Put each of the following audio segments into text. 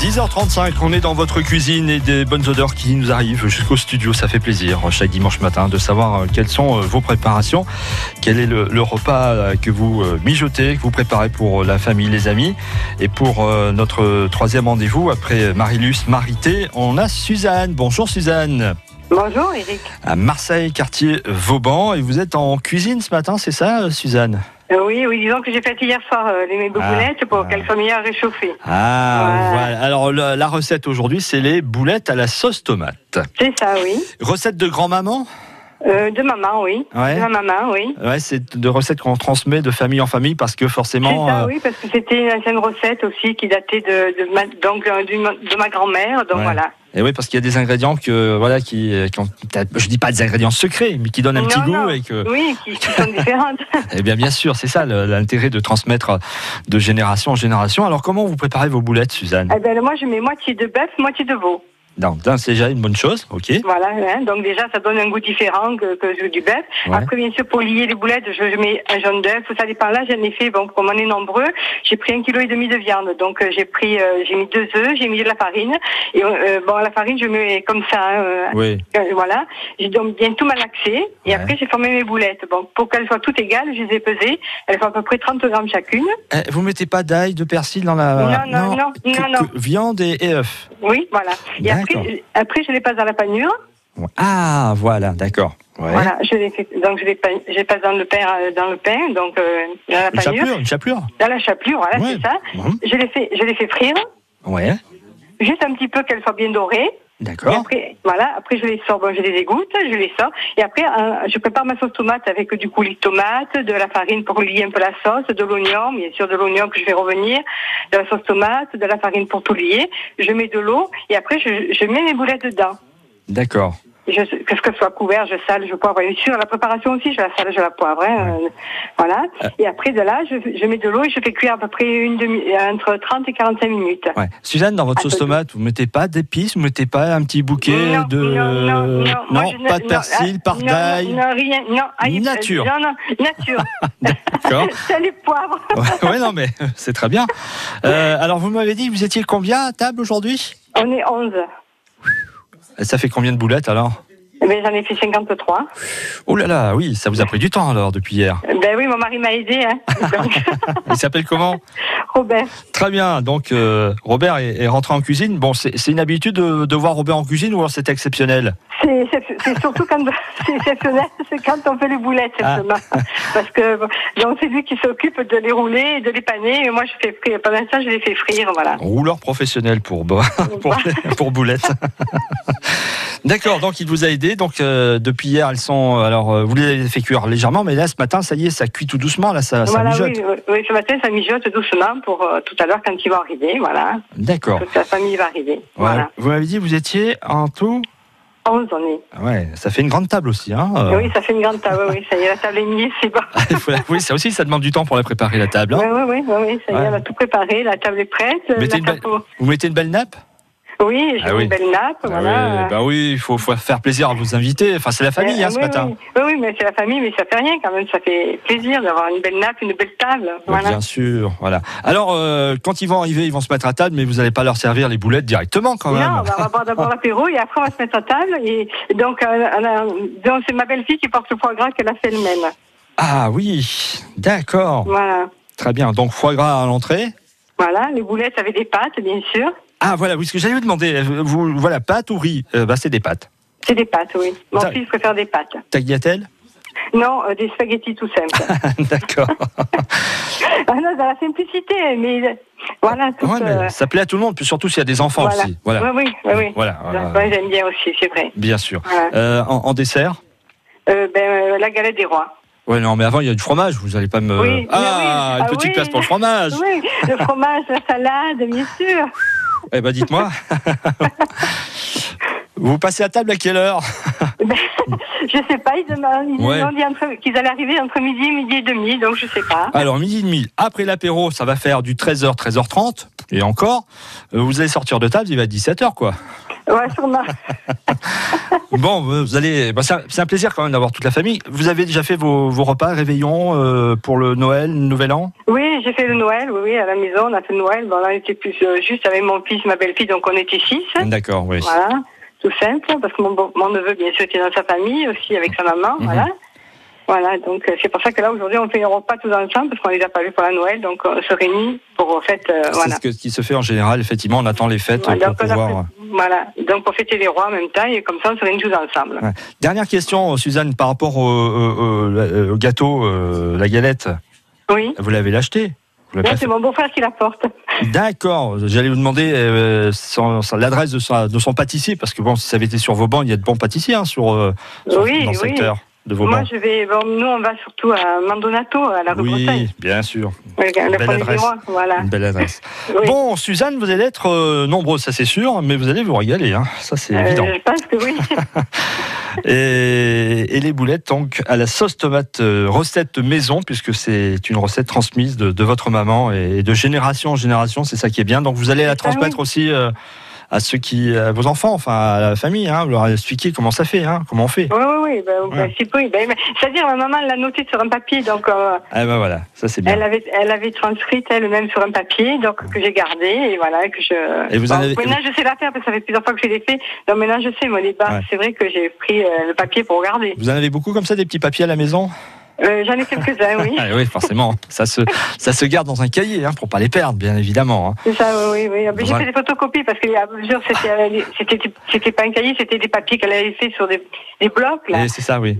6h35, on est dans votre cuisine et des bonnes odeurs qui nous arrivent jusqu'au studio. Ça fait plaisir chaque dimanche matin de savoir euh, quelles sont vos préparations, quel est le, le repas euh, que vous mijotez, que vous préparez pour euh, la famille, les amis. Et pour euh, notre troisième rendez-vous, après Marilus Marité, on a Suzanne. Bonjour Suzanne. Bonjour Eric. À Marseille, quartier Vauban. Et vous êtes en cuisine ce matin, c'est ça Suzanne Euh, oui, oui, disons que j'ai fait hier soir euh, les- mes bobounettes pour qu'elles soient meilleures réchauffées. Ah, Ouais. voilà. Alors la, la recette aujourd'hui, c'est les boulettes à la sauce tomate. C'est ça, oui. Recette de grand-maman Euh, de maman, oui. Ouais. De ma maman, oui. Ouais, c'est de recettes qu'on transmet de famille en famille parce que forcément. C'est ça, euh, oui, parce que c'était une ancienne recette aussi qui datait de, de ma, donc, euh, d'une- de ma grand-mère, donc Ouais. voilà. Et oui, parce qu'il y a des ingrédients que voilà qui, euh, qui ont- peut-être- je dis pas des ingrédients secrets, mais qui donnent un petit Non, goût non. et que. Oui, qui, qui sont différentes. Eh bien, bien sûr, c'est ça le- l'intérêt de transmettre euh, de génération en génération. Alors, comment vous préparez vos boulettes, Suzanne eh ben, moi, je mets moitié de bœuf, moitié de veau. Non, d'un, c'est déjà une bonne chose, ok. Voilà, hein, donc déjà, ça donne un goût différent que, que du bœuf. Ouais. Après, bien sûr, pour lier les boulettes, je, je mets un jaune d'œuf. Ça dépend là, j'en ai fait, bon, comme on est nombreux, j'ai pris un kilo et demi de viande. Donc, euh, j'ai pris, euh, j'ai mis deux œufs, j'ai mis de la farine. Et euh, bon, la farine, je mets comme ça, hein, euh, Oui, euh, voilà. J'ai donc bien tout malaxé. Et Ouais. après, j'ai formé mes boulettes. Bon, pour qu'elles soient toutes égales, je les ai pesées. Elles font à peu près 30 grammes chacune. Eh, vous mettez pas d'ail, de persil dans la Non, non, non, que- non, que- viande et, et œufs. Oui, voilà. Et D'accord. après, après, je les passe dans la panure. Ouais. Ah, voilà, d'accord. Ouais. Voilà, je les fais, donc je les pa- je les passe dans le pain, euh, dans le pain, donc euh, dans la Une panure, chapelure, une chapelure. dans la chapelure, voilà, Ouais. c'est ça. Mhm. Je les fais, je les fais frire, Ouais, juste un petit peu qu'elles soient bien dorées. Et d'accord. après, voilà, après je les sors, bon, je les égoutte, je les sors, et après euh, je prépare ma sauce tomate avec du coulis de tomate, de la farine pour lier un peu la sauce, de l'oignon, bien sûr de l'oignon que je vais revenir, de la sauce tomate, de la farine pour tout lier. Je mets de l'eau et après je, je mets mes boulettes dedans. D'accord. Je, que ce soit couvert, je sale, je poivre. Et sur la préparation aussi, je la sale, je la poivre. hein, euh, voilà. Ah. Et après de là, je, je mets de l'eau et je fais cuire à peu près une demi, entre 30 et 45 minutes. Ouais. Suzanne, dans votre Attends. sauce tomate, vous mettez pas d'épices, vous mettez pas un petit bouquet non, de non, non, non. Moi, je ne- pas de non, persil, ah, pas non, d'ail. Non, non, rien, non. aïe, Nature. euh, Non, non, nature. D'accord. Sel et poivre. Ouais, ouais, non, mais c'est très bien. Euh, alors, vous m'avez dit, que vous étiez combien à table aujourd'hui On est 11. Ça fait combien de boulettes alors Mais Eh ben, j'en ai fait 53. Oh là là, oui, ça vous a pris du temps alors depuis hier. Ben oui, mon mari m'a aidé. Hein. Donc, Il s'appelle comment Robert. Très bien. Donc, euh, Robert est, est rentré en cuisine. Bon, c'est c'est une habitude de, de voir Robert en cuisine ou alors c'est exceptionnel C'est c'est- c'est surtout quand c'est exceptionnel, c'est quand on fait les boulettes Ah. seulement. parce que bon, donc c'est lui qui s'occupe de les rouler et de les paner, et moi je fais frire. Pendant ça, je les fais frire, voilà. Rouleur professionnel pour, bo- pour, pour Boulette. D'accord, donc il vous a aidé. Donc euh, depuis hier, elles sont. Alors euh, vous les avez fait cuire légèrement, mais là ce matin, ça y est, ça cuit tout doucement. Là, ça, ça voilà, mijote. oui, oui, oui, ce matin ça mijote doucement pour euh, tout à l'heure quand il va arriver, voilà. D'accord. Toute la famille va arriver, Oh. Ouais. voilà. Vous m'avez dit, vous étiez en tout. ah 11 on est. Ouais, ça fait une grande table aussi. Hein, euh. Oui, ça fait une grande table, oui, ça y est, la table est mise, c'est bon. Il faut la- oui, ça aussi, ça demande du temps pour la préparer la table. hein. Oui, oui, oui, oui, oui, ça y est, Ouais. on a tout préparé, la table est prête. Mettez la une table belle- Vous mettez une belle nappe. pour- Oui, j'ai Ah une oui. belle nappe, voilà. Ah oui, bah oui, il faut, faut faire plaisir à vos invités. Enfin, c'est la famille hein, Euh, ce oui, matin. Oui. Oui, oui, mais c'est la famille, mais ça fait rien quand même. Ça fait plaisir d'avoir une belle nappe, une belle table. Voilà. Bah, Bien sûr, voilà. Alors, euh, quand ils vont arriver, ils vont se mettre à table, mais vous n'allez pas leur servir les boulettes directement quand même. Non, bah, on va boire d'abord l'apéro et après on va se mettre à table. Et donc, euh, on a- donc c'est ma belle-fille qui porte le foie gras qu'elle a fait elle-même. Ah oui, d'accord. Voilà. Très bien. Donc, foie gras à l'entrée. Voilà, les boulettes avec des pâtes, bien sûr. Ah voilà, oui, ce que j'allais vous demander, euh, vous, voilà, pâtes ou riz Euh, Bah, c'est des pâtes. C'est des pâtes, oui. Mon Ça- fils préfère des pâtes. Tagliatelle Non, euh, des spaghettis tout simples. D'accord. ah non, dans la simplicité, mais euh, voilà. Tout, Ouais, mais euh, ça plaît à tout le monde, puis surtout s'il y a des enfants voilà. aussi. Voilà. Oui, oui, oui. oui. Voilà, voilà. Ouais, j'aime bien aussi, c'est vrai. Bien sûr. Voilà. Euh, en, en dessert Euh, ben, euh, la galette des rois. Ouais, non, mais avant, il y a du fromage, vous n'allez pas me. Oui, mais oui. ah, une Ah petite oui. place pour le fromage Oui, le fromage, la salade, bien sûr. Eh ben, dites-moi. vous passez à table à quelle heure Je sais pas, ils demandent, ils Ouais. nous ont dit entre- qu'ils allaient arriver entre midi et midi et demi, donc je sais pas. Alors, midi et demi, après l'apéro, ça va faire du 13h, 13h30, et encore, euh, vous allez sortir de table, il va être 17h, quoi. Ouais, sûrement. Bon, euh, vous allez. bah, c'est un- c'est un plaisir quand même d'avoir toute la famille. Vous avez déjà fait vos, vos repas, réveillon, euh, pour le Noël, le Nouvel An Oui, j'ai- j'ai fait le Noël, oui, oui, à la maison, on a fait le Noël. Bon, là, on était plus euh, juste avec mon fils, ma belle-fille, donc on était six. D'accord, oui. Voilà, tout simple, parce que mon, bon- mon neveu, bien sûr, était dans sa famille aussi, avec sa maman, Mhm. voilà. Voilà, donc euh, c'est pour ça que là, aujourd'hui, on fait un repas tous ensemble, parce qu'on les a pas vus pour la Noël, donc on se réunit pour, en fait, euh, C'est voilà. ce, que- ce qui se fait en général, effectivement, on attend les fêtes Ouais, euh, pour donc, on a pouvoir... fait- Voilà, donc pour fêter les rois en même temps, et comme ça, on se réunit tous ensemble. Ouais. Dernière question, euh, Suzanne, par rapport au, au- au- au gâteau, euh, la galette, Oui, vous l'avez l'acheté Vous l'avez là, pas c'est mon beau-frère qui la porte. fait D'accord, j'allais vous demander euh, son- son- l'adresse de, sa- de son pâtissier, parce que bon, si ça avait été sur vos bancs, il y a de bons pâtissiers hein, sur, euh, sur- Oui, dans le oui. secteur de vos Moi, bancs. je vais. Bon, nous, on va surtout à Mandonato, à la rue Bretagne. Oui, bien sûr, Le, le belle premier des adresse. rois, voilà. une belle adresse. Ah. Oui. Bon, Suzanne, vous allez être euh, nombreux, ça c'est sûr, mais vous allez vous régaler, hein, ça c'est Euh, évident. je pense que oui. Et, et les boulettes donc à la sauce tomate euh, recette maison puisque c'est une recette transmise de, de votre maman et de génération en génération c'est ça qui est bien donc vous allez la Ah transmettre aussi euh, à ceux qui à vos enfants enfin à la famille hein, vous leur expliquer comment ça fait hein, comment on fait Oui, oui, oui. ben, ben, Ouais. si peu, ben, ben, C'est-à-dire, ma maman l'a noté sur un papier, donc euh, ah ben voilà ça c'est bien elle avait, elle avait transcrit elle-même sur un papier, donc que j'ai gardé et voilà que je. Et vous en avez- maintenant, je sais la faire parce que ça fait plusieurs fois que je l'ai fait. Donc maintenant, je sais. Moi, les barres, Ouais. c'est vrai que j'ai pris euh, le papier pour regarder. vous en avez beaucoup comme ça des petits papiers à la maison Euh, J'en ai quelques-uns, oui. Ah oui forcément ça se ça se garde dans un cahier hein, pour pas les perdre bien évidemment hein. C'est ça, oui, oui, oui. Ah, mais J'ai Voilà. fait des photocopies parce qu'il y a plusieurs, c'était, euh, c'était, c'était pas un cahier, c'était des papiers qu'elle avait fait sur des, des blocs, là. Et c'est ça oui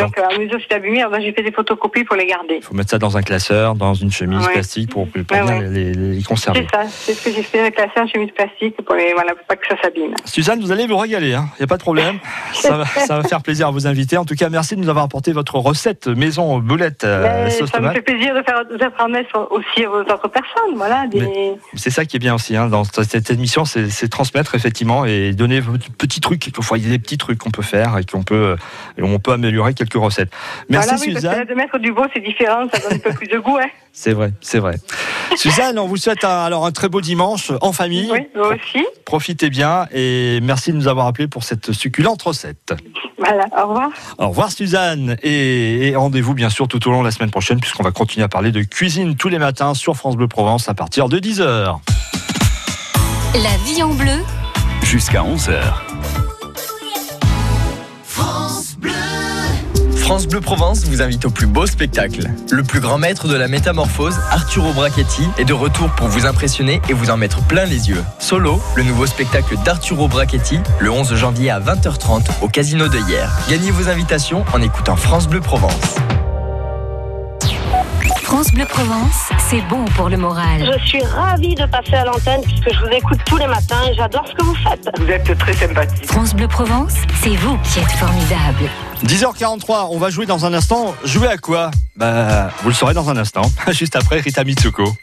Donc, à mesure que c'est abîmé, alors j'ai fait des photocopies pour les garder. faut mettre ça dans un classeur dans une chemise Ouais. plastique pour, pour Ouais, bien ouais. les- les conserver C'est ça, c'est ce que j'ai fait avec la serre, j'ai mis de plastique pour, les, voilà, pour pas que ça s'abîme. Suzanne, vous allez vous régaler, il n'y a pas de problème. Ça va, ça va faire plaisir à vos invités. En tout cas, merci de nous avoir apporté votre recette maison boulette euh, Mais sauce ça me tomate. fait plaisir de faire d'apprendre aussi aux autres personnes, voilà. Des... C'est ça qui est bien aussi hein, dans cette émission, c'est c'est transmettre effectivement et donner vos petits trucs. Quelquefois, il y a des petits trucs qu'on peut faire et qu'on peut, et on peut améliorer quelques recettes. Merci voilà, oui, Suzanne. Parce que là, de mettre du beau, c'est différent, ça donne un peu plus de goût, hein. C'est vrai, c'est vrai. Suzanne, on vous souhaite un- alors un très beau dimanche en famille. Oui, vous aussi. Profitez bien et merci de nous avoir appelés pour cette succulente recette. Voilà, au revoir. Au revoir Suzanne et, et rendez-vous bien sûr tout au long de la semaine prochaine puisqu'on va continuer à parler de cuisine tous les matins sur France Bleu Provence à partir de 10h. La vie en bleu jusqu'à 11h. France Bleu Provence vous invite au plus beau spectacle. Le plus grand maître de la métamorphose, Arturo Brachetti, est de retour pour vous impressionner et vous en mettre plein les yeux. Solo, le nouveau spectacle d'Arturo Brachetti, le 11 janvier à 20h30 au Casino de Hier. Gagnez vos invitations en écoutant France Bleu Provence. France Bleu Provence, c'est bon pour le moral. Je suis ravie de passer à l'antenne puisque je vous écoute tous les matins et j'adore ce que vous faites. Vous êtes très sympathique. France Bleu Provence, c'est vous qui êtes formidable. 10h43, on va jouer dans un instant. Jouer à quoi Bah, vous le saurez dans un instant, juste après Rita Mitsuko.